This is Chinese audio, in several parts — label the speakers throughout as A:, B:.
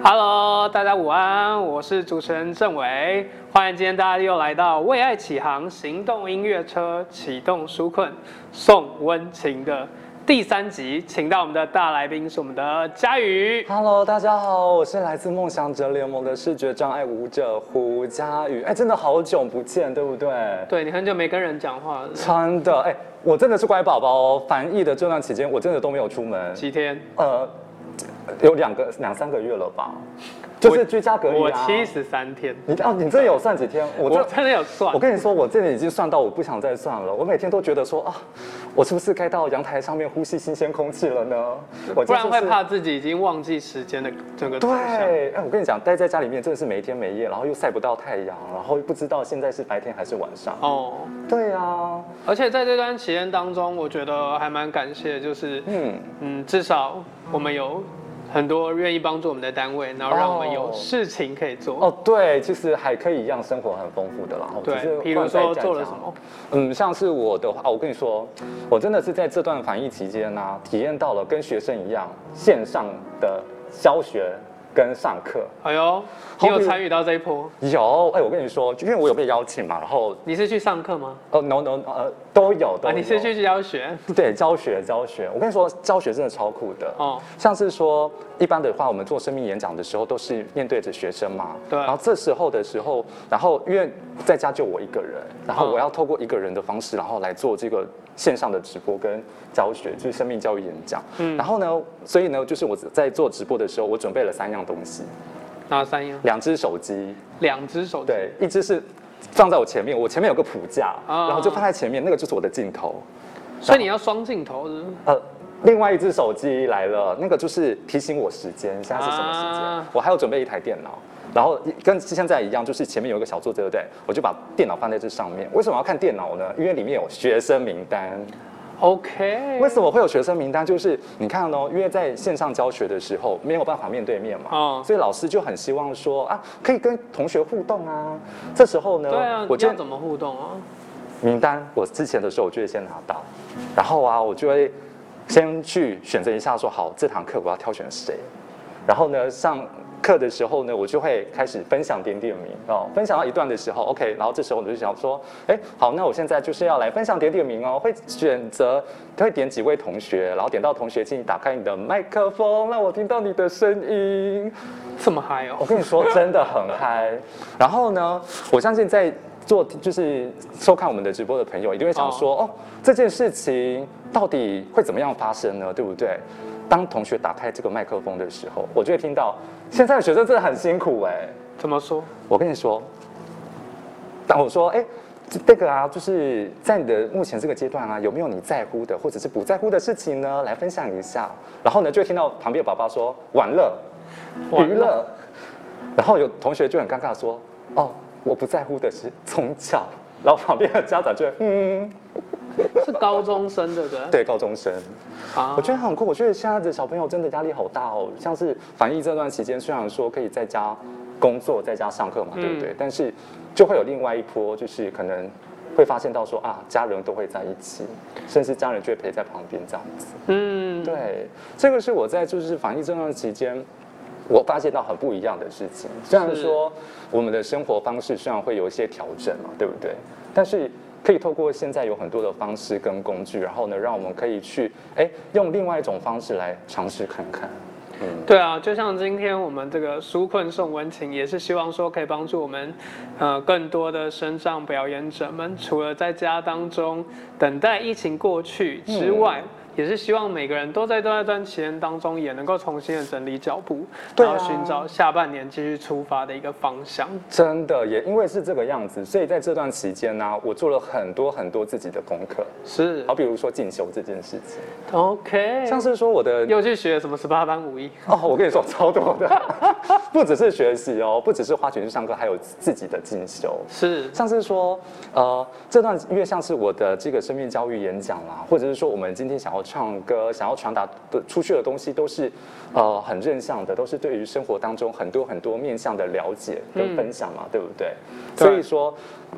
A: Hello，大家午安，我是主持人郑伟，欢迎今天大家又来到为爱启航行动音乐车启动纾困送温情的第三集，请到我们的大来宾是我们的佳宇。
B: Hello，大家好，我是来自梦想者联盟的视觉障碍舞者胡佳宇。哎，真的好久不见，对不对？
A: 对你很久没跟人讲话了，
B: 真的，哎，我真的是乖宝宝哦。防疫的这段期间，我真的都没有出门，
A: 几天？
B: 呃，有两个两三个月了吧，就是居家隔离啊。
A: 我七十三天，
B: 你啊，你这有算几天？我
A: 我
B: 这
A: 真的有算
B: 我。跟你说，我这里已经算到我不想再算了。我每天都觉得说啊，我是不是该到阳台上面呼吸新鲜空气了呢？我
A: 不
B: 这
A: 然
B: 就
A: 会
B: 是
A: 怕自己已经忘记时间的这个走向。
B: 对，哎，我跟你讲，待在家里面真的是没天没夜，然后又晒不到太阳，然后又不知道现在是白天还是晚上。
A: 哦，
B: 对啊，
A: 而且在这段期间当中，我觉得还蛮感谢，就是
B: 嗯，
A: 嗯，至少我们有很多愿意帮助我们的单位，然后让我们有
B: 哦
A: 事情可以做。
B: 哦，对，其实还可以一样生活很丰富的啦。
A: 对
B: 只是，
A: 比
B: 换
A: 如
B: 在
A: 说
B: 家
A: 做了
B: 乡
A: 什么？
B: 嗯，像是我的话，啊我跟你说，我真的是在这段防疫期间呢、体验到了跟学生一样线上的教学跟上课。
A: 哎呦，
B: 好
A: 你有
B: 比如
A: 参与到这一波？
B: 有，哎，我跟你说，因为我有被邀请嘛，然后
A: 你是去上课吗？
B: 哦，no no，呃，都有都
A: 啊，
B: 有。
A: 你是去教学？
B: 对教学教学，我跟你说，教学真的超酷的。
A: 哦，
B: 像是说，一般的话，我们做生命演讲的时候都是面对着学生嘛。
A: 对
B: 然后这时候的时候，然后因为在家就我一个人，然后
A: 嗯
B: 我要透过一个人的方式，然后来做这个线上的直播跟教学，就是生命教育演讲。
A: 嗯
B: 然后呢，所以呢，就是我在做直播的时候，我准备了三样东西：
A: 哪三样？
B: 两只手机，
A: 两只手机。
B: 对，一只是放在我前面，我前面有个谱架，
A: 啊
B: 然后就放在前面，那个就是我的镜头。
A: 所以你要双镜头是不是
B: 呃，另外一只手机来了，那个就是提醒我时间，现在是什么时间？
A: 啊
B: 我还要准备一台电脑，然后一跟现在一样，就是前面有一个小桌子，对不对？我就把电脑放在这上面。为什么要看电脑呢？因为里面有学生名单。
A: ？OK。
B: 为什么会有学生名单？就是你看哦，因为在线上教学的时候没有办法面对面嘛，
A: 哦
B: 所以老师就很希望说啊，可以跟同学互动啊。这时候呢，
A: 对啊，
B: 我
A: 我
B: 就
A: 要怎么互动啊？
B: 名单，我之前的时候我就会先拿到，然后啊，我就会先去选择一下说好这堂课我要挑选谁，然后呢上课的时候呢，我就会开始分享点点名哦，分享到一段的时候，OK，然后这时候我就想说，哎，好，那我现在就是要来分享点点名哦，会选择会点几位同学，然后点到同学，请你打开你的麦克风，让我听到你的声音，
A: 这么嗨
B: 我
A: 哦！
B: 跟你说，真的很嗨。然后呢，我相信在做就是收看我们的直播的朋友，一定会想说，哦，这件事情到底会怎么样发生呢？对不对？当同学打开这个麦克风的时候，我就会听到，现在的学生真的很辛苦哎、
A: 怎么说？
B: 我跟你说，当我说，哎、这这个啊，就是在你的目前这个阶段啊，有没有你在乎的或者是不在乎的事情呢？来分享一下。然后呢，就会听到旁边的宝宝说完了，
A: 完
B: 娱
A: 了
B: 乐。然后有同学就很尴尬地说：“哦，我不在乎的是宗教。”然后旁边的家长就会嗯，
A: 是高中生对不对？
B: 对高中生，
A: 啊
B: 我觉得很酷。我觉得现在的小朋友真的压力好大哦。像是防疫这段期间，虽然说可以在家工作、在家上课
A: 嗯
B: 嘛，对不对？但是就会有另外一波，就是可能会发现到说啊，家人都会在一起，甚至家人就会陪在旁边这样子。
A: 嗯，
B: 对，这个是我在就是防疫这段期间，我发现到很不一样的事情。虽然
A: 是
B: 说我们的生活方式虽然会有一些调整嘛，对不对？但是可以透过现在有很多的方式跟工具，然后呢，让我们可以去哎用另外一种方式来尝试看看。
A: 对啊，就像今天我们这个纾困送温情，也是希望说可以帮助我们，呃，更多的身障表演者们，除了在家当中等待疫情过去之外，也是希望每个人都在这段期间当中，也能够重新的整理脚步，
B: 对
A: 然后
B: 啊
A: 寻找下半年继续出发的一个方向。
B: 真的也因为是这个样子，所以在这段期间呢、我做了很多很多自己的功课，
A: 是
B: 好比如说进修这件事情，
A: ，OK，
B: 像是说我的
A: 又去学什么十八般武艺，
B: 哦，我跟你说超多的， 不只是学习哦，不只是花钱去上课，还有自己的进修。
A: 是
B: 像是说，呃，这段因为像是我的这个生命教育演讲啦，或者是说我们今天想要唱歌、想要传达的出去的东西，都是呃很正向的，都是对于生活当中很多很多面向的了解跟分享嘛，对不对？
A: 对
B: 所以说，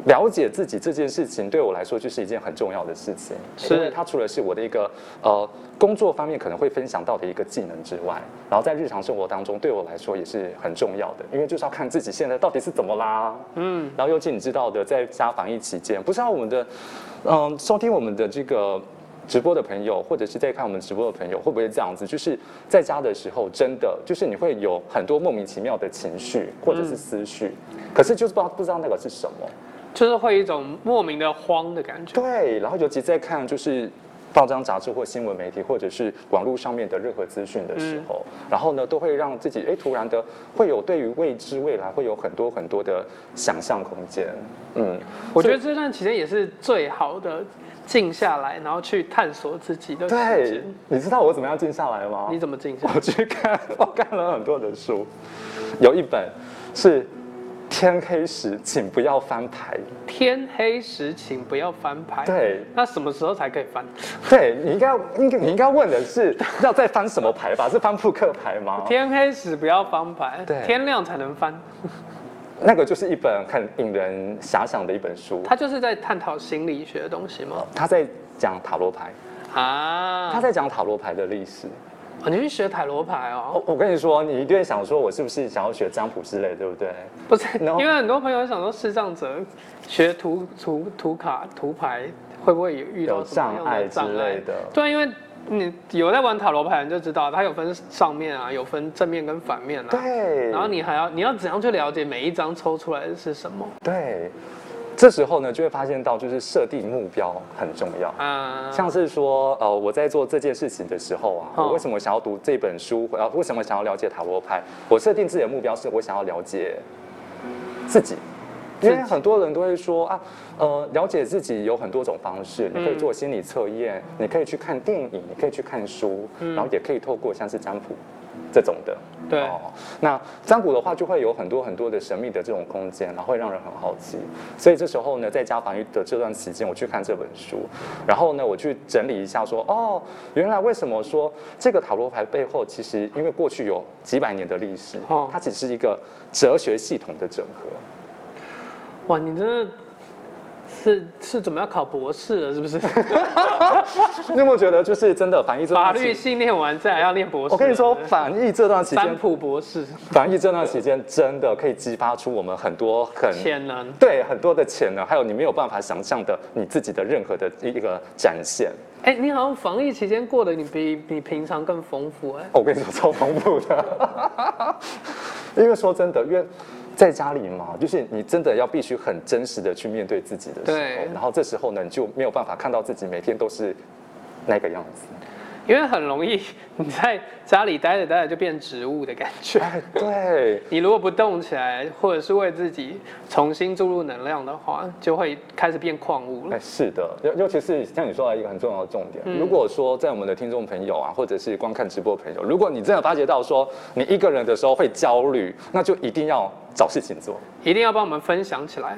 B: 了解自己这件事情对我来说就是一件很重要的事情，
A: 是
B: 因为它除了是我的一个呃工作方面可能会分享到的一个技能之外，然后在日常生活当中对我来说也是很重要的，因为就是要看自己现在到底是怎么啦。
A: 嗯，
B: 然后尤其你知道的，在家防疫期间，不知道我们的，嗯，收听我们的这个直播的朋友，或者是在看我们直播的朋友，会不会这样子？就是在家的时候，真的就是你会有很多莫名其妙的情绪或者是思绪，可是就是不知道不知道那个是什么。
A: 就是会有一种莫名的慌的感觉。
B: 对，然后尤其在看就是报章杂志或新闻媒体，或者是网络上面的任何资讯的时候，然后呢，都会让自己哎突然的会有对于未知未来会有很多很多的想象空间。嗯，
A: 我觉得这段期间也是最好的静下来，然后去探索自己的时
B: 对
A: 间。，
B: 你知道我怎么样静下来吗
A: 你？怎么静下来？
B: 我去看，我看了很多的书，有一本是《天黑时请不要翻牌
A: 天黑时请不要翻牌。》。
B: 对，
A: 那什么时候才可以翻？
B: 对你应该应该你应该问的是要再翻什么牌吧？是翻扑克牌吗？
A: 天黑时不要翻牌，
B: 对
A: 天亮才能翻。
B: 那个就是一本很引人遐想的一本书，
A: 他就是在探讨心理学的东西吗？
B: 他在讲塔罗牌，
A: 啊，
B: 他在讲塔罗牌的历史。
A: 哦你去学塔罗牌哦？
B: 我我跟你说，你一定会想说，我是不是想要学占卜之类，对不对？
A: 不是，
B: No
A: 因为很多朋友想说视障者学图图图卡图牌会不会有遇到
B: 有
A: 什么样
B: 障碍
A: 的
B: 之
A: 障碍
B: 类的
A: 对，因为你有在玩塔罗牌的人就知道，它有分上面啊，有分正面跟反面啊。。
B: 对，
A: 然后你还要你要怎样去了解每一张抽出来的是什么
B: 对，这时候呢，就会发现到就是设定目标很重要。
A: 啊？
B: 像是说，呃，我在做这件事情的时候啊，
A: 哦
B: 我为什么想要读这本书？呃，为什么想要了解塔罗牌？我设定自己的目标是我想要了解自己，因为
A: 自己
B: 很多人都会说啊，呃，了解自己有很多种方式，你可以做心理测验，你可以去看电影，你可以去看书，然后也可以透过像是占卜这种的。
A: 对
B: 哦，那占卜的话就会有很多很多的神秘的这种空间，然后会让人很好奇。所以这时候呢，在家防疫的这段期间，我去看这本书，然后呢，我去整理一下说，哦，原来为什么说这个塔罗牌背后其实因为过去有几百年的历史，
A: 哦
B: 它只是一个哲学系统的整合。
A: 哇，你真的是是怎么要考博士了？是不 是？
B: 你有没有觉得就是真的反疫这
A: 法
B: 段
A: 律
B: 期？
A: 系念完再来要念博士？
B: 我跟你说，
A: 对不对
B: 反疫这段期
A: 占
B: 间，
A: 卜博士
B: 反疫这段期间真的可以激发出我们很多很
A: 潜能。
B: 对很多的潜能，还有你没有办法想象的你自己的任何的一个展现。
A: 哎、你好像防疫期间过得你比你平常更丰富哎、
B: 我跟你说超丰富的， 因为说真的，因为在家里嘛，就是你真的要必须很真实的去面对自己的时
A: 对
B: 候，然后这时候呢，你就没有办法看到自己每天都是那个样子。
A: 因为很容易 你在家里待着待着就变植物的感觉。
B: 哎，对，
A: 你如果不动起来，或者是为自己重新注入能量的话，就会开始变矿物了。
B: 哎，是的，尤尤其是像你说到一个很重要的重点，
A: 嗯
B: 如果说在我们的听众朋友啊，或者是观看直播朋友，如果你真的发觉到说你一个人的时候会焦虑，那就一定要找事情 做，
A: 一定要帮我们分享起来，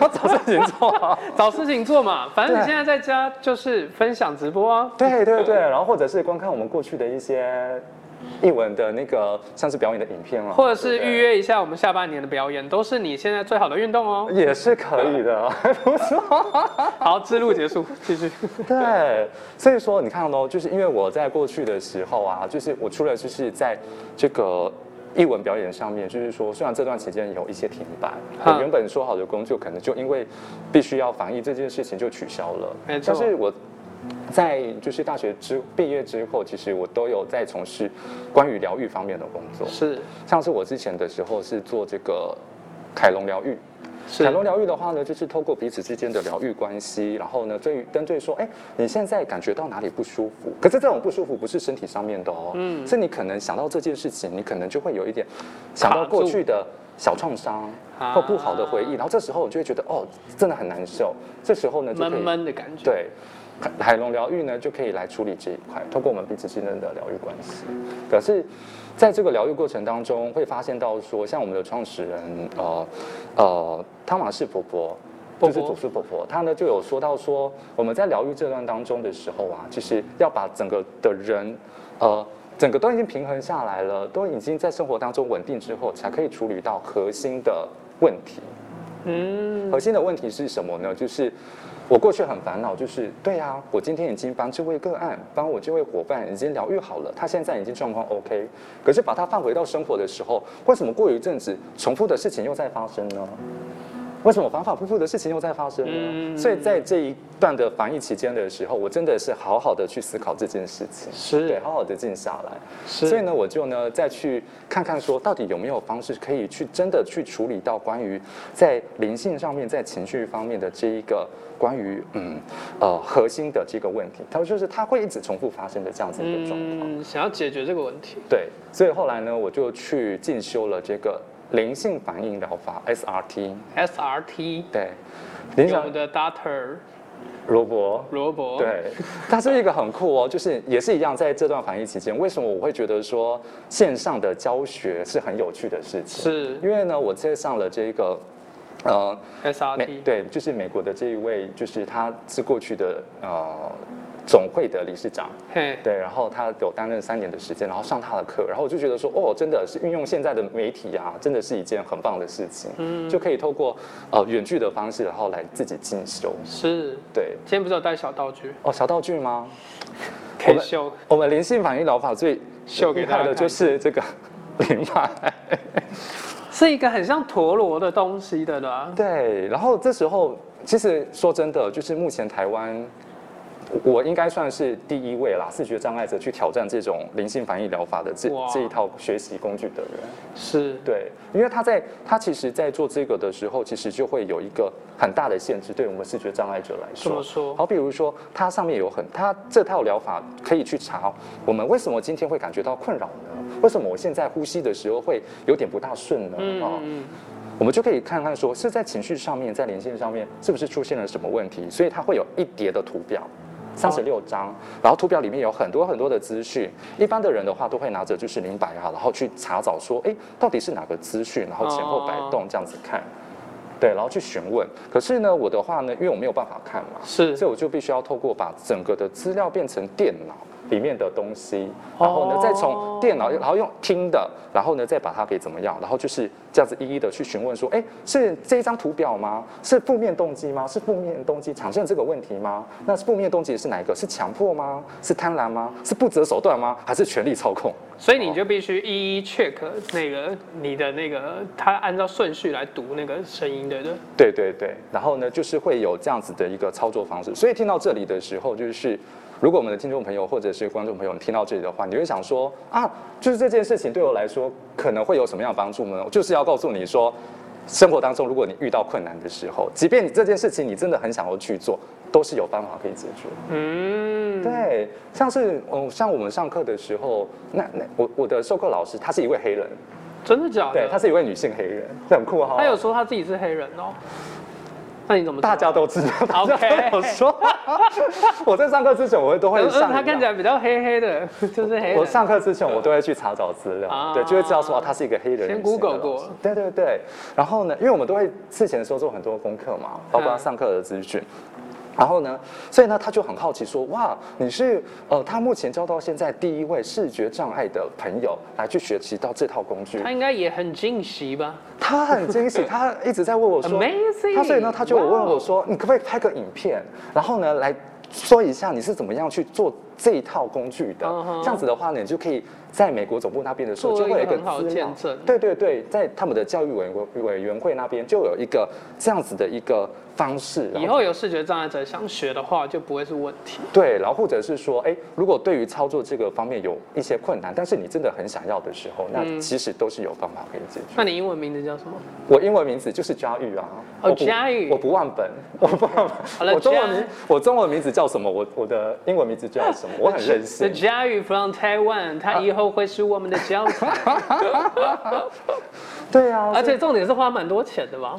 B: 要找事情做啊。
A: 找事情做嘛。反正你
B: 对
A: 现在在家就是分享直播啊。
B: 对对对，然后或者是观看我们过去的一些译文的那个像是表演的影片啊，
A: 或者是
B: 对不对
A: 预。约一下我们下半年的表演，都是你现在最好的运动哦。
B: 也是可以的，不是吗？
A: 好，之路结束，继续。
B: 对，所以说你看喽，就是因为我在过去的时候啊，就是我除了就是在这个艺文表演上面，就是说虽然这段期间有一些停摆，
A: 嗯
B: 我原本说好的工作可能就因为必须要防疫这件事情就取消了，
A: 没错
B: 但是我在就是大学之毕业之后，其实我都有在从事关于疗愈方面的工作，
A: 是
B: 像是我之前的时候是做这个凯龙疗愈。
A: 是
B: 凯龙疗愈的话呢，就是透过彼此之间的疗愈关系，然后呢，对于针对说，哎，你现在感觉到哪里不舒服？可是这种不舒服不是身体上面的哦，嗯，是你可能想到这件事情，你可能就会有一点想
A: 卡
B: 到
A: 住
B: 过去的小创伤
A: 啊
B: 或不好的回忆，然后这时候我就会觉得哦，真的很难受。这时候呢，就
A: 闷
B: 可以
A: 闷的感觉。
B: 对，海海龙疗愈呢就可以来处理这一块，通过我们彼此之间的疗愈关系。可是，在这个疗愈过程当中，会发现到说，像我们的创始人呃呃汤马士伯伯，
A: 伯
B: 就是
A: 伯
B: 祖师婆婆，她呢就有说到说，我们在疗愈这段当中的时候啊，其实要把整个的人，呃，整个都已经平衡下来了，都已经在生活当中稳定之后，才可以处理到核心的问题。
A: 嗯，
B: 核心的问题是什么呢？就是我过去很烦恼，就是对啊，我今天已经帮这位个案，帮我这位伙伴已经疗愈好了，他现在已经状况 OK，可是把他放回到生活的时候，为什么过一阵子重复的事情又在发生呢？为什么反反复复的事情又在发生呢？
A: 嗯
B: 所以在这一段的防疫期间的时候，我真的是好好的去思考这件事情，对，
A: 是
B: 好好的静下来。
A: 是，
B: 所以呢，我就呢再去看看说，到底有没有方式可以去真的去处理到关于在灵性上面、在情绪方面的这一个关于嗯呃核心的这个问题，它就是它会一直重复发生的这样子一个状况。
A: 嗯，想要解决这个问题，
B: 对，所以后来呢，我就去进修了这个灵性反应疗法 SRT。
A: SRT，
B: 对，灵
A: 有我
B: 想
A: 们的 Doctor
B: 罗伯。
A: 罗伯，，
B: 对，它是一个很酷哦，就是也是一样，在这段防疫期间，为什么我会觉得说线上的教学是很有趣的事情？
A: 是
B: 因为呢，我接上了这个，呃，美
A: SRT，，
B: 对，就是美国的这一位，就是他是过去的呃总会的理事长，
A: 嘿，
B: 对，然后他有担任三年的时间，然后上他的课，然后我就觉得说，哦，真的是运用现在的媒体啊，真的是一件很棒的事情，嗯，就可以透过呃远距的方式，然后来自己进修，
A: 是，
B: 对。
A: 今天不是有带小道具，
B: 哦，小道具吗？
A: 可以
B: 们
A: 秀，
B: 我们灵性反应疗法最
A: 秀给
B: 厉
A: 大
B: 害
A: 家
B: 的
A: 看
B: 就是这个 灵脉。
A: 是一个很像陀螺的东西的啦，
B: 对，然后这时候其实说真的，就是目前台湾，我我应该算是第一位啦，视觉障碍者去挑战这种灵性反应疗法的这
A: 哇
B: 这一套学习工具的人。
A: 是，
B: 对，因为他在他其实，在做这个的时候，其实就会有一个很大的限制，对我们视觉障碍者来说。
A: 怎么说
B: 好，比如说，它上面有很，它这套疗法可以去查我们为什么今天会感觉到困扰呢？为什么我现在呼吸的时候会有点不大顺呢？
A: 嗯
B: 哦
A: 嗯，嗯，
B: 我们就可以看看说是在情绪上面，在连线上面是不是出现了什么问题，所以它会有一叠的图表。三十六张，然后图表里面有很多很多的资讯。一般的人的话，都会拿着就是零百啊，然后去查找说，哎，到底是哪个资讯，然后前后摆动这样子看，对，然后去询问。可是呢，我的话呢，因为我没有办法看嘛，
A: 是
B: 所以我就必须要透过把整个的资料变成电脑里面的东西，然后呢，再从电脑，然后用听的，然后呢，再把它给怎么样，然后就是这样子一一的去询问说，哎，是这一张图表吗？是负面动机吗？是负面动机产生这个问题吗？那是负面动机是哪一个？是强迫吗？是贪婪吗？是不择手段吗？还是权力操控？
A: 所
B: 哦
A: 以你就必须一一 check 那个你的那个，它按照顺序来读那个声音，对不对？
B: 对对对，然后呢，就是会有这样子的一个操作方式。所以听到这里的时候，就是如果我们的听众朋友或者是观众朋友你听到这里的话，你会想说啊，就是这件事情对我来说可能会有什么样的帮助呢？我就是要告诉你说，生活当中如果你遇到困难的时候，即便你这件事情你真的很想要去做，都是有办法可以解决。
A: 嗯，
B: 对，像是嗯，像我们上课的时候，那那我我的授课老师他是一位黑人，
A: 真的假的？
B: 对，他是一位女性黑人，这很酷哈、
A: 他有说他自己是黑人哦，那你怎么知道
B: 大家都知道，大
A: OK
B: 家都有 说。我在上课之前，我会都会
A: 嗯嗯
B: 上。
A: 他看起来比较黑黑的， 就是黑人。
B: 我上课之前，我都会去查找资
A: 啊
B: 料，对，就会知道说哦他是一个黑人。
A: 先
B: 女性的
A: Google
B: 老师
A: 过
B: 对对对。然后呢，因为我们都会事前的时候做很多功课嘛，包括
A: 嗯
B: 上课的资讯。然后呢，所以呢，他就很好奇说，哇，你是呃，他目前交到现在第一位视觉障碍的朋友来去学习到这套工具，
A: 他应该也很惊喜吧？
B: 他很惊喜，他一直在问我说
A: Amazing！
B: 他所以呢，他就有问我说，你可不可以拍个影片，然后呢来说一下你是怎么样去做这一套工具的
A: 嗯哼
B: 这样子的话呢，你就可以在美国总部那边的时候
A: 做
B: 就
A: 一
B: 会有
A: 个
B: 一个
A: 很好
B: 资
A: 的
B: 料
A: 见证
B: 对对对，在他们的教育委员委员会那边就有一个这样子的一个方式，然
A: 以后有视觉障碍者想学的话，就不会是问题。
B: 对，然后或者是说，哎，如果对于操作这个方面有一些困难，但是你真的很想要的时候，
A: 嗯
B: 那其实都是有方法可以解决。
A: 那你英文名字叫什么？
B: 我英文名字就是佳玉啊。
A: 哦
B: 我不
A: 佳玉
B: 我不忘本， 我不忘
A: 好了
B: 本。我中文
A: 佳
B: 名，我中文名字叫什么？我我的英文名字叫什么？ 我很任
A: The
B: 性。
A: Jerry from Taiwan，他
B: 啊
A: 以后会是我们的教材，
B: 对啊，
A: 而且重点是花蛮多钱的吧？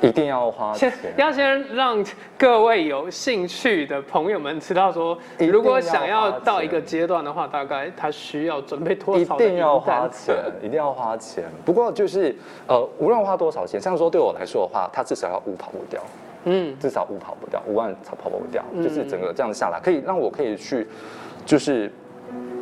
B: 一定要花钱
A: 先。要先让各位有兴趣的朋友们知道说，
B: 一定要
A: 如果想要
B: 花钱
A: 到一个阶段的话，大概他需要准备多
B: 一
A: 少的
B: 定要
A: 银
B: 花
A: 弹？
B: 钱，一定要花钱。不过就是，呃，无论花多少钱，像说对我来说的话，它至少要五跑不掉。
A: 嗯，
B: 至少五跑不掉，五万跑跑不掉，
A: 嗯
B: 就是整个这样下来，可以让我可以去，就是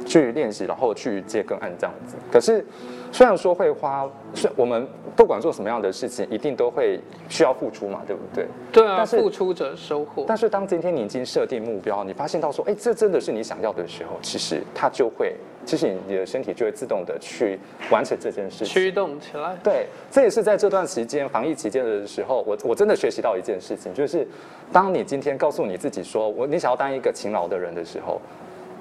B: 去练习，然后去接个案这样子。可是虽然说会花，是我们不管做什么样的事情，一定都会需要付出嘛，对不对？
A: 对啊，
B: 但是
A: 付出者收获。
B: 但是当今天你已经设定目标，你发现到说，哎，这真的是你想要的时候，其实它就会，其实你的身体就会自动的去完成这件事情。
A: 驱动起来，
B: 对，这也是在这段时间防疫期间的时候，我我真的学习到一件事情，就是当你今天告诉你自己说我你想要当一个勤劳的人的时候，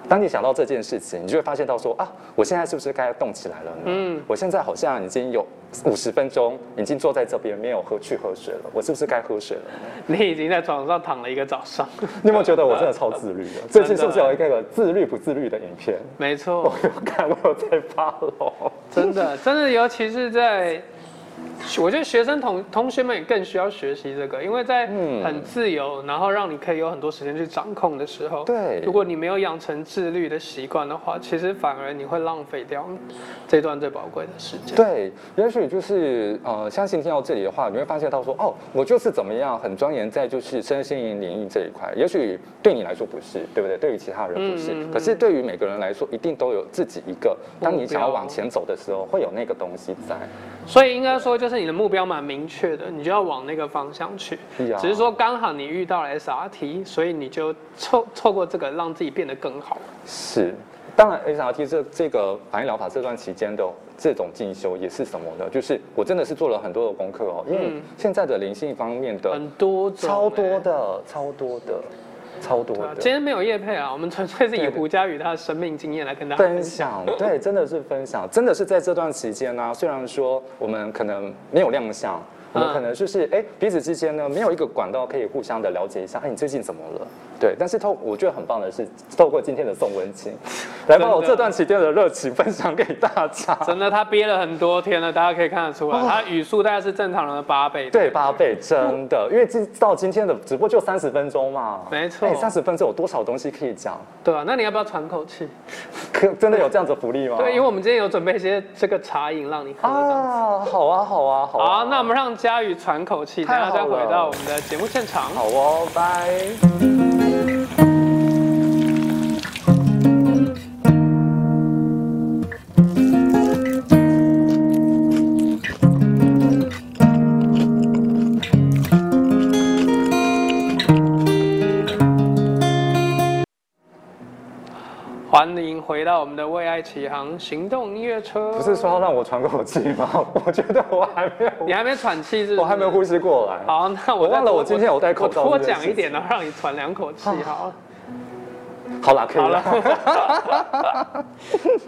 B: 当你想到这件事情，你就会发现到说啊，我现在是不是该动起来了呢？
A: 嗯
B: 嗯，我现在好像已经有五十分钟已经坐在这边没有喝去喝水了，我是不是该喝水了呢？
A: 你已经在床上躺了一个早上，
B: 你有没有觉得我真的超自律的？最近是不是有一个自律不自律的影片？
A: 没错
B: 我，有看，我有在发喽。
A: 真的，真的，尤其是在，我觉得学生同同学们也更需要学习这个，因为在
B: 嗯
A: 很自由，然后让你可以有很多时间去掌控的时候，
B: 对
A: 如果你没有养成自律的习惯的话，其实反而你会浪费掉这段最宝贵的时间。
B: 对，也许就是呃，相信听到这里的话，你会发现到说，哦，我就是怎么样，很钻研在就是身心灵领域这一块。也许对你来说不是，对不对？对于其他人不是，
A: 嗯嗯嗯
B: 可是对于每个人来说，一定都有自己一个，当
A: 目
B: 你想要
A: 标
B: 往前走的时候，会有那个东西在。
A: 所以应该说，就是你的目标蛮明确的，你就要往那个方向去。
B: 呀
A: 只是说刚好你遇到了 SRT，所以你就凑透过这个让自己变得更好。
B: 是，当然 SRT 这这个反应疗法这段期间的这种进修也是什么呢？就是我真的是做了很多的功课哦，因为现在的灵性方面的、
A: 嗯很多种、
B: 超多的、超多的、超多
A: 对啊
B: 的。
A: 今天没有叶配啊，我们纯粹是以
B: 对对
A: 胡佳宇他的生命经验来跟大家
B: 分
A: 分享。
B: 享，对，真的是分享，真的是在这段期间呢、虽然说我们可能没有亮相，
A: 嗯
B: 我们可能就是哎、彼此之间呢没有一个管道可以互相的了解一下，哎、你最近怎么了？对，但是透我觉得很棒的是，透过今天的送 温情，来把
A: 真
B: 我
A: 的
B: 这段期间的热情分享给大家。
A: 真的，他憋了很多天了，大家可以看得出来，他语速大概是正常人的八倍。
B: 哦对，八倍真的，因为今到今天的直播就三十分钟嘛，哎
A: 没错
B: 三十分钟有多少东西可以讲？
A: 对啊，那你要不要喘口气？
B: 哦可真的有这样子的福利吗？
A: 对，因为我们今天有准备一些这个茶饮让你喝。这样
B: 啊，好啊，好啊，
A: 好
B: 好啊，
A: 啊，那我们让佳宇喘口气，等
B: 太
A: 一下
B: 好
A: 再
B: 了
A: 回到我们的节目现场。
B: 好哦，拜。
A: 欢迎回到我们的为爱启航行动音乐车。
B: 不是说要让我喘口气吗？ 我觉得我还 没有，
A: 你还没喘气是不是？
B: 我还没有呼吸过来。
A: 好，那我
B: 我忘了我今天有戴口罩
A: 我多
B: 这件
A: 讲
B: 事情啊
A: 一点，然后让你喘两口气，好了。
B: 好啦，可以
A: 好了
B: 了。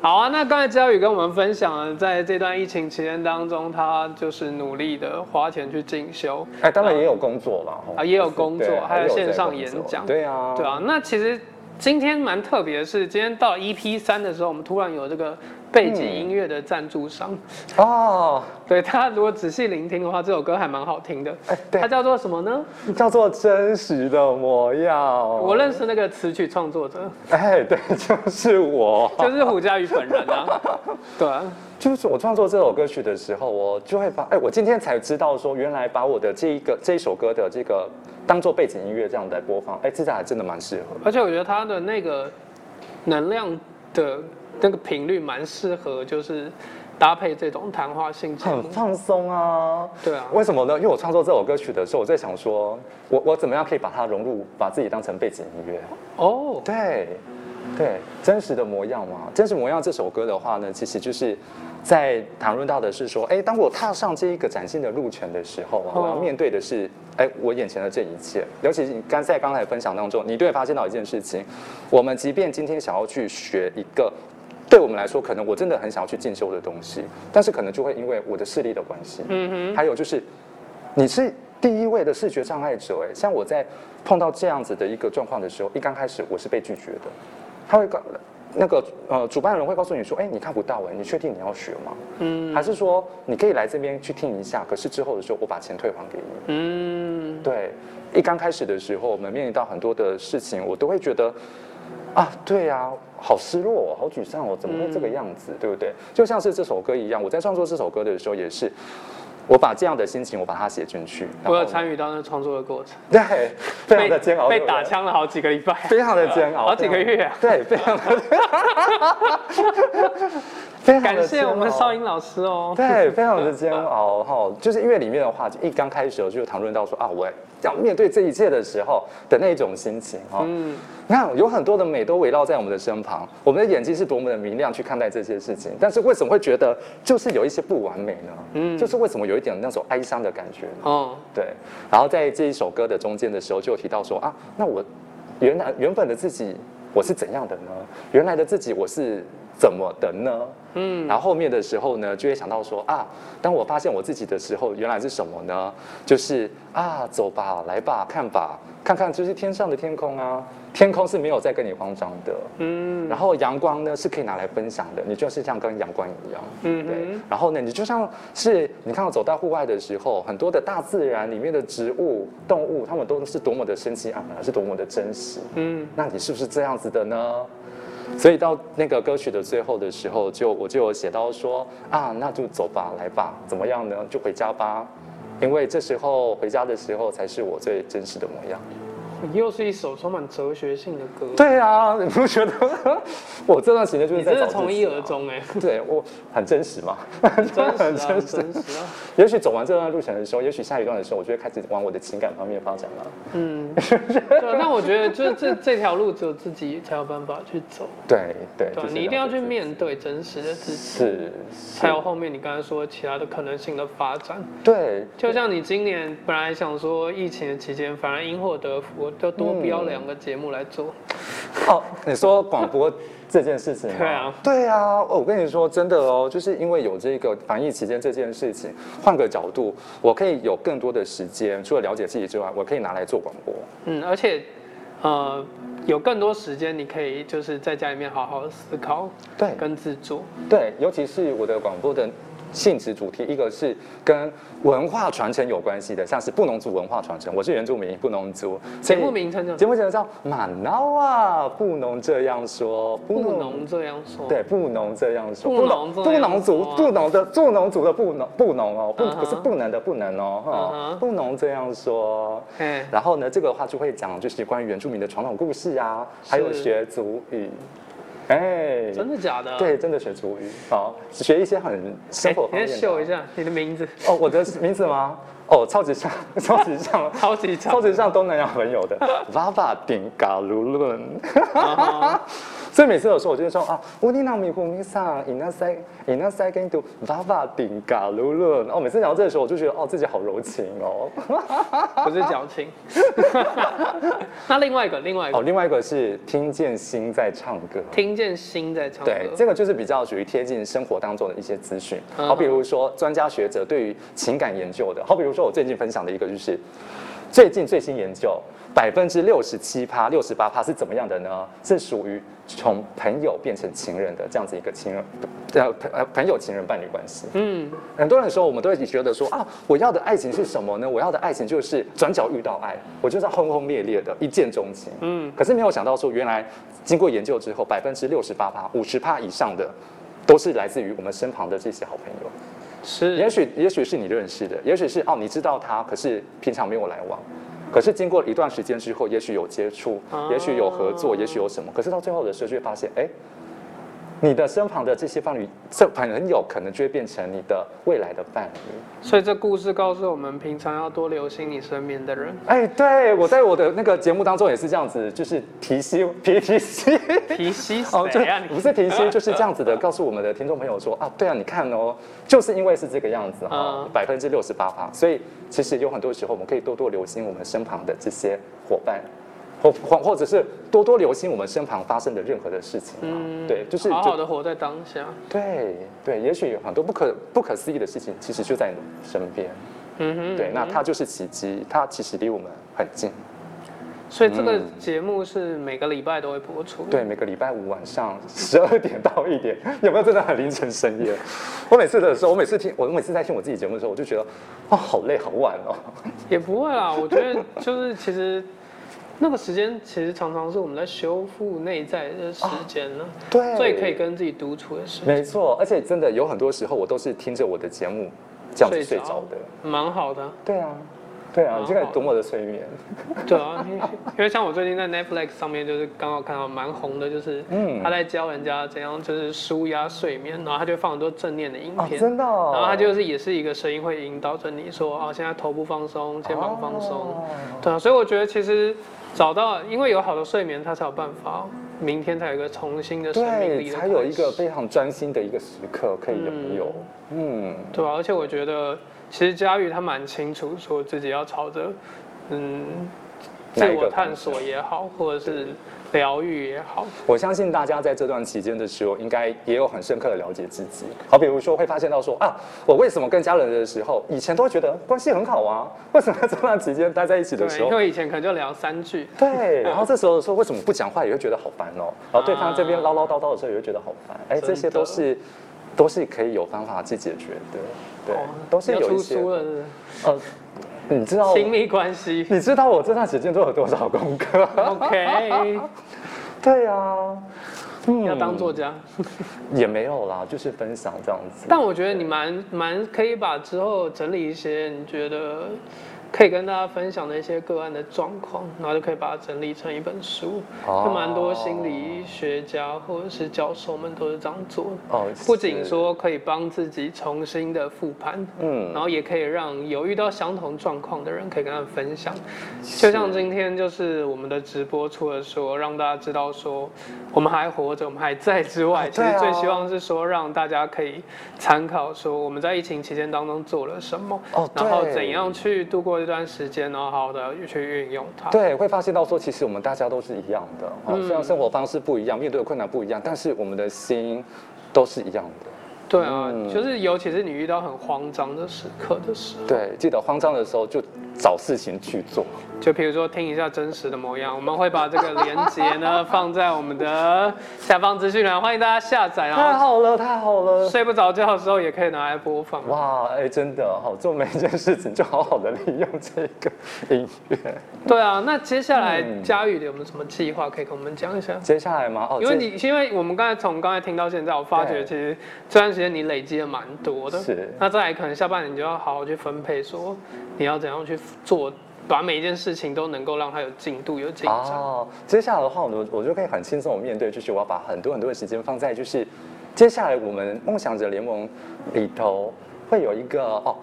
A: 好啊，那刚才佳宇跟我们分享了，在这段疫情期间当中，他就是努力的花钱去进修，
B: 哎，当然也有工作了吼
A: 啊也有工作
B: 对
A: 还有
B: 在
A: 线上
B: 工作
A: 演讲
B: 对啊，
A: 对啊。那其实今天蛮特别的是，今天到 EP 三的时候，我们突然有这个背景音乐的赞助商，
B: 哦，
A: 对大家如果仔细聆听的话，这首歌还蛮好听的。
B: 哎，对
A: 它，叫做什么呢？
B: 叫做真实的模样。
A: 我认识那个词曲创作者，
B: 哎，对， 就是我，
A: 就是胡佳宇本人啊。 对啊，
B: 就是我创作这首歌曲的时候，我就会发，哎，我今天才知道说，原来把我的这一个这一首歌的这个当做背景音乐这样来播放，哎，这下还真的蛮适合。
A: 而且我觉得他的那个能量的那个频率蛮适合，就是搭配这种谈话性节
B: 很
A: 目。
B: 放松啊，
A: 对啊，
B: 为什么呢？嗯因为我创作这首歌曲的时候，我在想说，我我怎么样可以把它融入，把自己当成背景音乐？
A: 哦，
B: 对，对，真实的模样嘛。真实模样这首歌的话呢，其实就是在谈论到的是说，哎，当我踏上这一个崭新的路程的时候啊，
A: 哦
B: 我要面对的是，哎，我眼前的这一切。尤其是你刚在刚才分享当中，你就会发现到一件事情，我们即便今天想要去学一个。对我们来说，可能我真的很想要去进修的东西，但是可能就会因为我的视力的关系，
A: 嗯
B: 还有就是，你是第一位的视觉障碍者，哎，像我在碰到这样子的一个状况的时候，一刚开始我是被拒绝的，他会告那个呃主办人会告诉你说，哎，你看不到哎，你确定你要学吗？
A: 哼，嗯
B: 还是说你可以来这边去听一下，可是之后的时候我把钱退还给你？
A: 嗯，
B: 对，一刚开始的时候，我们面临到很多的事情，我都会觉得，啊，对啊，好失落、哦，好沮
A: 嗯
B: 丧哦，怎么会这个样子，对不对？就像是这首歌一样，我在创作这首歌的时候也是，我把这样的心情我把它写进去。然后
A: 我有参与到那创作的过程，
B: 对，非常
A: 被
B: 的煎熬，
A: 被
B: 对不对
A: 打，枪了好几个礼拜， 啊
B: 非常的煎熬，
A: 好几个
B: 非常
A: 月啊。
B: 对，非常的， 非常的
A: 感谢我们
B: 煎熬
A: 少英老师哦。
B: 对，非常的煎熬哈、就是因为里面的话，一刚开始我就谈论到说啊，我要面对这一切的时候的那种心情哈、
A: 嗯，
B: 你看，有很多的美都围绕在我们的身旁，我们的眼睛是多么的明亮去看待这些事情，但是为什么会觉得就是有一些不完美呢？
A: 嗯
B: 嗯，就是为什么有一点那种哀伤的感觉呢？
A: 哦，
B: 对，然后在这一首歌的中间的时候，就有提到说啊，那我原来原本的自己我是怎样的呢？原来的自己我是怎么的呢？
A: 嗯，
B: 然后后面的时候呢，就会想到说啊，当我发现我自己的时候，原来是什么呢？就是啊，走吧，来吧，看吧，看看就是天上的天空啊，天空是没有在跟你慌张的。
A: 嗯，
B: 然后阳光呢是可以拿来分享的，你就是像跟阳光一样，
A: 嗯
B: 对
A: 哼。
B: 然后呢，你就像是你看到走到户外的时候，很多的大自然里面的植物、动物，它们都是多么的生机盎然，是多么的珍惜。
A: 嗯，
B: 那你是不是这样子的呢？所以到那个歌曲的最后的时候，就我就有写到说啊，那就走吧，来吧，怎么样呢？就回家吧，因为这时候回家的时候才是我最真实的模样。
A: 又是一首充满哲学性的歌。，
B: 对啊， 你不觉得？我这段时间就是
A: 你
B: 在
A: 真的
B: 找自己
A: 从一
B: 啊
A: 而。终哎，
B: 对我很真实嘛，
A: 真实啊，很
B: 很 真实。
A: 真实啊。
B: 也许走完这段路程的时候，也许下一段的时候，我就会开始往我的情感方面发展了。
A: 嗯，对。但我觉得就是这这条路只有自己才有办法去走，
B: 对对，
A: 对
B: 就
A: 吧，
B: 是
A: 你一定要
B: 了解
A: 去
B: 自己
A: 面对真实的自己，
B: 是，
A: 才有后面你刚才说其他的可能性的发展。
B: 对，
A: 就像你今年本来想说疫情的期间，反而因祸得福，就多
B: 嗯
A: 标两个节目来做。
B: 哦，你说广播这件事情吗？
A: 对啊，
B: 对啊，哦我跟你说真的哦，就是因为有这个防疫期间这件事情，换个角度，我可以有更多的时间，除了了解自己之外，我可以拿来做广播。
A: 嗯，而且，呃，有更多时间你可以就是在家里面好好思考
B: 对
A: 跟制作。
B: 对，尤其是我的广播的性质主题，一个是跟文化传承有关系的，像是布农族文化传承，我是原住民，布农族。所
A: 节
B: 以
A: 目名称叫
B: 节目名叫《满脑啊，布农这样说》，
A: “不能这样说”。
B: 对，布农这样说，
A: 布农这
B: 布
A: 样
B: 农族
A: 说，
B: 布农的布农族的布农布农哦，不
A: 嗯哼
B: 不是不能的不能哦，
A: 嗯
B: 哈
A: 哼，
B: 布农这样说。
A: 哎，
B: 然后呢，这个的话就会讲就是关于原住民的传统故事啊，还有
A: 是
B: 学族语，哎，
A: 真的假的？哎，
B: 对，真的学族语，好，学一些很生活方
A: 你
B: 面
A: 再
B: 的。
A: 秀一下你的名 字，
B: 哦，我的名字吗？哦，超级像， 超级 像，
A: 超级长
B: 超。级像东南亚 朋友的 Vava 顶嘎卢伦。
A: 啊哈
B: 所以每次有时候我就会说啊，乌尼纳米胡米萨伊那塞伊那塞跟读巴巴顶嘎噜噜。哦，每次讲到这个时候，我就觉得哦自己好柔情 哦。
A: 不是矫情。 那另外一个，另外一
B: 哦，
A: 个，
B: 另外一个是听见心在唱歌。
A: 听见心在唱歌。
B: 对，这个就是比较属于贴近生活当中的一些资讯，
A: 嗯
B: 好比如说专家学者对于情感研究的，好比如说我最近分享的一个就是，最近最新研究百分之六十七趴、六十八趴是怎么样的呢？是属于从朋友变成情人的这样子一个情人，呃朋呃朋友情人伴侣关系。
A: 嗯，
B: 很多人说，我们都会觉得说啊，我要的爱情是什么呢？我要的爱情就是转角遇到爱，我就是要轰轰烈烈的一见钟情。
A: 嗯
B: 嗯，可是没有想到说，原来经过研究之后，百分之六十八趴、五十趴以上的。都是来自于我们身旁的这些好朋友，也
A: 是。
B: 许也许是你认识的，也许是哦你知道他，可是平常没有来往，可是经过一段时间之后，也许有接触
A: 哦，
B: 也许有合作，也许有什么，可是到最后的时候就会发现，哎，你的身旁的这些伴侣，这朋友可能就会变成你的未来的伴侣。
A: 所以这故事告诉我们，平常要多留心你身边的人，
B: 哎，对我在我的那个节目当中也是这样子，就是提息提 提息。
A: 提息谁
B: 哦，就
A: 啊你
B: 不？是提息，就是这样 子的，告诉我们的听众朋友说啊，对啊，你看哦，就是因为是这个样子哈
A: 嗯，
B: 百分之六十八吧，所以其实有很多时候我们可以多多留心我们身旁的这些伙伴，或或或者是多多留心我们身旁发生的任何的事情啊，对，就是
A: 嗯好好
B: 就
A: 的活在当下。
B: 对对，也许有很多不可不可思议的事情，其实就在你的身边，
A: 嗯哼，
B: 对，那
A: 嗯哼
B: 它就是奇迹，它其实离我们很近。
A: 所以这个节目是每个礼拜都会播出。，
B: 嗯对，每个礼拜五晚上十二点到一点，有没有真的很凌晨深夜？我每次的时候，我每次听，我每次在听我自己节目的时候，我就觉得，哦，好累，好晚哦。
A: 也不会啊啦。我觉得就是其实 那个时间其实常常是我们在修复内在的时间呢，
B: 哦对
A: 最可以跟自己独处的时间。
B: 没错，而且真的有很多时候，我都是听着我的节目，这样子
A: 睡
B: 睡
A: 着
B: 着的。
A: 蛮好的啊，
B: 对啊，对啊
A: 蛮，
B: 这个
A: 好的
B: 多么的催眠。
A: 对啊，因为因为像我最近在 Netflix 上面就是刚好看到蛮红的，就是
B: 嗯
A: 他在教人家怎样就是舒压睡眠，然后他就放很多正念的影
B: 哦，
A: 片，
B: 真的、哦。
A: 然后他就是也是一个声音会引导着你说啊，现在头部放松，肩膀放松，
B: 哦
A: 对啊，所以我觉得其实找到，因为有好的睡眠，他才有办法明天才有一个重新的生命
B: 对，
A: 力的
B: 才有
A: 开
B: 一
A: 始
B: 个非常专心的一个时刻可以拥有。嗯，
A: 对啊，而且我觉得其实佳玉他蛮清楚说自己要朝着嗯自
B: 哪一个
A: 我
B: 方
A: 探索也好，或者是疗愈也好，
B: 我相信大家在这段期间的时候，应该也有很深刻的了解自己。好，比如说会发现到说啊，我为什么跟家人的时候，以前都会觉得关系很好啊，为什么这段期间待在一起的
A: 对，
B: 时
A: 因
B: 候？
A: 为以前可能就聊三句，
B: 对，然后这时候说为什么不讲话，也会觉得好烦哦。然后对方这边唠唠叨叨的时候，也会觉得好烦。哎，
A: 真的
B: 这些都是都是可以有方法去解决的，对
A: 哦，
B: 都是
A: 要
B: 有
A: 出
B: 一些
A: 书了是不是
B: 呃，你知道
A: 亲密关 系
B: 你知道我这段时间做了多少功课？
A: 哦 ，OK，
B: 对啊，嗯
A: 要当作家。
B: 也没有啦，就是分享这样子。
A: 但我觉得你蛮蛮可以把之后整理一些你觉得可以跟大家分享的一些个案的状况，然后就可以把它整理成一本书。
B: 哦
A: 就蛮多心理学家或者是教授们都是这样做的。
B: 哦
A: 不仅
B: 是
A: 说可以帮自己重新的复盘，
B: 嗯
A: 然后也可以让有遇到相同状况的人可以跟他们分享。就像今天就是我们的直播，除了说让大家知道说我们还活着，我们还在之外，其
B: 对啊
A: 实最希望是说让大家可以参考说我们在疫情期间当中做了什么，
B: 哦
A: 然后
B: 对
A: 怎样去度过这段时间，然后好好的去运用它。
B: 对，会发现到说，其实我们大家都是一样的，哦，虽然生活方式不一样，面对的困难不一样，但是我们的心都是一样的。
A: 对啊，
B: 嗯
A: 就是尤其是你遇到很慌张的时刻的时候。
B: 对，记得慌张的时候就找事情去做。
A: 就比如说听一下真实的模样，我们会把这个链接呢放在我们的下方资讯栏，欢迎大家下载，
B: 太
A: 然后
B: 好了，太好了！
A: 睡不着觉的时候也可以拿来播放。
B: 哇，哎，真的好，做每一件事情就好好的利用这个音乐。
A: 对啊，那接下来
B: 嗯
A: 佳宇有没有什么计划可以跟我们讲一下？
B: 接下来吗？哦，
A: 因为
B: 这
A: 你，因为我们刚才从刚才听到现在，我发觉
B: 对
A: 其实这段时间你累积了蛮多的。
B: 是
A: 那再来，可能下半年你就要好好去分配，说你要怎样去做，把每一件事情都能够让它有进度、有进展。
B: 哦，接下来的话，我们我就可以很轻松的面对，就是我要把很多很多的时间放在就是接下来我们梦想者联盟里头会有一个哦，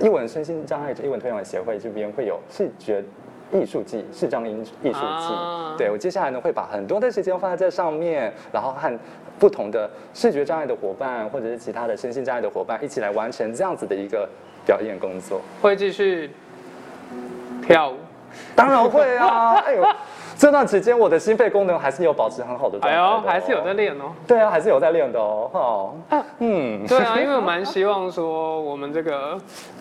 B: 一文身心障碍者一文推广协会这边会有视觉。艺术季，视障艺艺术季，
A: 啊
B: 对我接下来呢会把很多的时间放在这上面，然后和不同的视觉障碍的伙伴或者是其他的身心障碍的伙伴一起来完成这样子的一个表演工作。
A: 会继续跳舞。
B: 当然会 啊！哎呦，这段时间我的心肺功能还是有保持很好的状
A: 哎
B: 态、
A: 呦
B: 哦，，
A: 还是有在。练哦。
B: 对啊，还是有在练的哦。哦，嗯，
A: 对啊，因为我蛮希望说，我们这个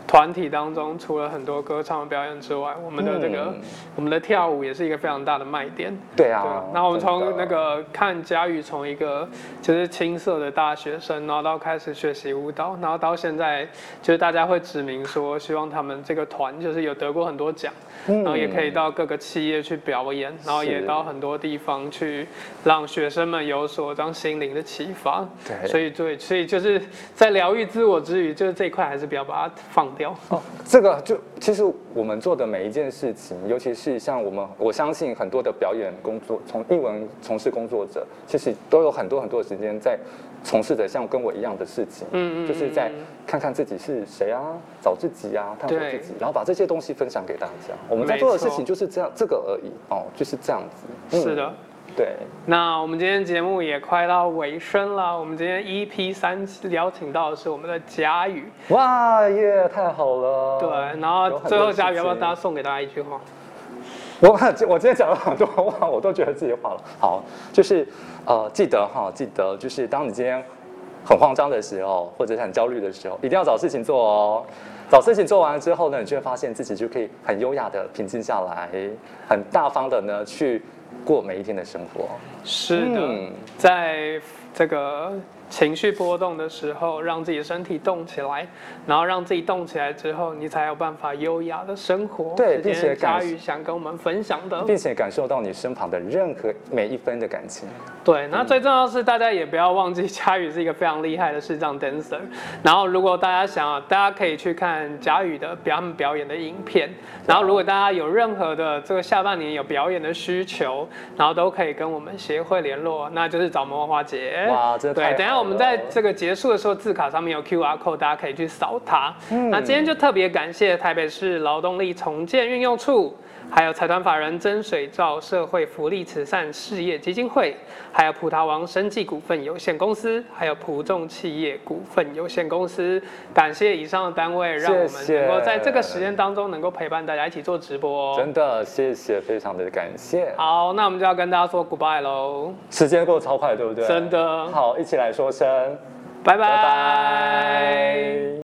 A: 团体当中，除了很多歌唱的表演之外，我们的这个、
B: 嗯
A: 我们的跳舞也是一个非常大的卖点。
B: 对
A: 对
B: 啊
A: 啊，。那我们
B: 真
A: 从
B: 的
A: 那个看佳玉从一个就是青涩的大学生，然后到开始学习舞蹈，然后到现在就是大家会指明说，希望他们这个团就是有得过很多奖，然后也可以到各个企业去表演，然后也
B: 嗯是
A: 到很多地方去让学生们有所这样心灵的启发。
B: 对
A: 所以对，所以就是在疗愈自我之余，就是这一块还是不要把它放掉。
B: 哦，这个就其实我们做的每一件事情，尤其是像我们，我相信很多的表演工作，从艺文从事工作者，其实都有很多很多的时间在从事着像跟我一样的事情，
A: 嗯嗯嗯
B: 就是在看看自己是谁啊，找自己啊，探索
A: 对
B: 自己，然后把这些东西分享给大家。我们在
A: 没
B: 做的事
A: 错
B: 情就是这样，这个而已哦，就是这样子。嗯
A: 是的。
B: 对，
A: 那我们今天节目也快到尾声了。我们今天 EP 三邀请到的是我们的佳宇，
B: 哇耶，太好了。
A: 对，然后最后佳宇要不要大
B: 搭？
A: 家送给大家一句话？
B: 我怕我今天讲了很多 话，我都觉得自己话了。好，就是呃，记得哈，记得就是当你今天很慌张的时候，或者是很焦虑的时候，一定要找事情做哦。找事情做完了之后呢，你就会发现自己就可以很优雅的平静下来，很大方的呢去过每一天的生活。
A: 是的，
B: 嗯
A: 在这个情绪波动的时候，让自己身体动起来，然后让自己动起来之后，你才有办法优雅的生活。
B: 对
A: 这
B: 并
A: 是今天
B: 且感
A: 佳宇想跟我们分享的。
B: 并且感受到你身旁的任何每一分的感情。
A: 对，那最重要的是大家也不要忘记，佳宇是一个非常厉害的视障 dancer。然后，如果大家想要，大家可以去看佳宇的表演表演的影片。然后，如果大家有任何的这个下半年有表演的需求，然后都可以跟我们协会联络，那就是找魔花姐。
B: 哇真的
A: 对，
B: 太好
A: 等一下我们在
B: 了
A: 这个结束的时候，字卡上面有 QR code，大家可以去扫它。那今天就特别感谢台北市劳动力重建运用处。还有财团法人真水照社会福利慈善事业基金会，还有葡萄王生技股份有限公司，还有葡众企业股份有限公司。感谢以上的单位，让我们能够在这个时间当中能够陪伴大家一起做直播、哦。
B: 真的，谢谢，非常的感谢。
A: 好，那我们就要跟大家说 goodbye 喽，
B: 时间过得超快，对不对？
A: 真的
B: 好，一起来说声
A: 拜
B: 拜
A: 拜
B: 拜。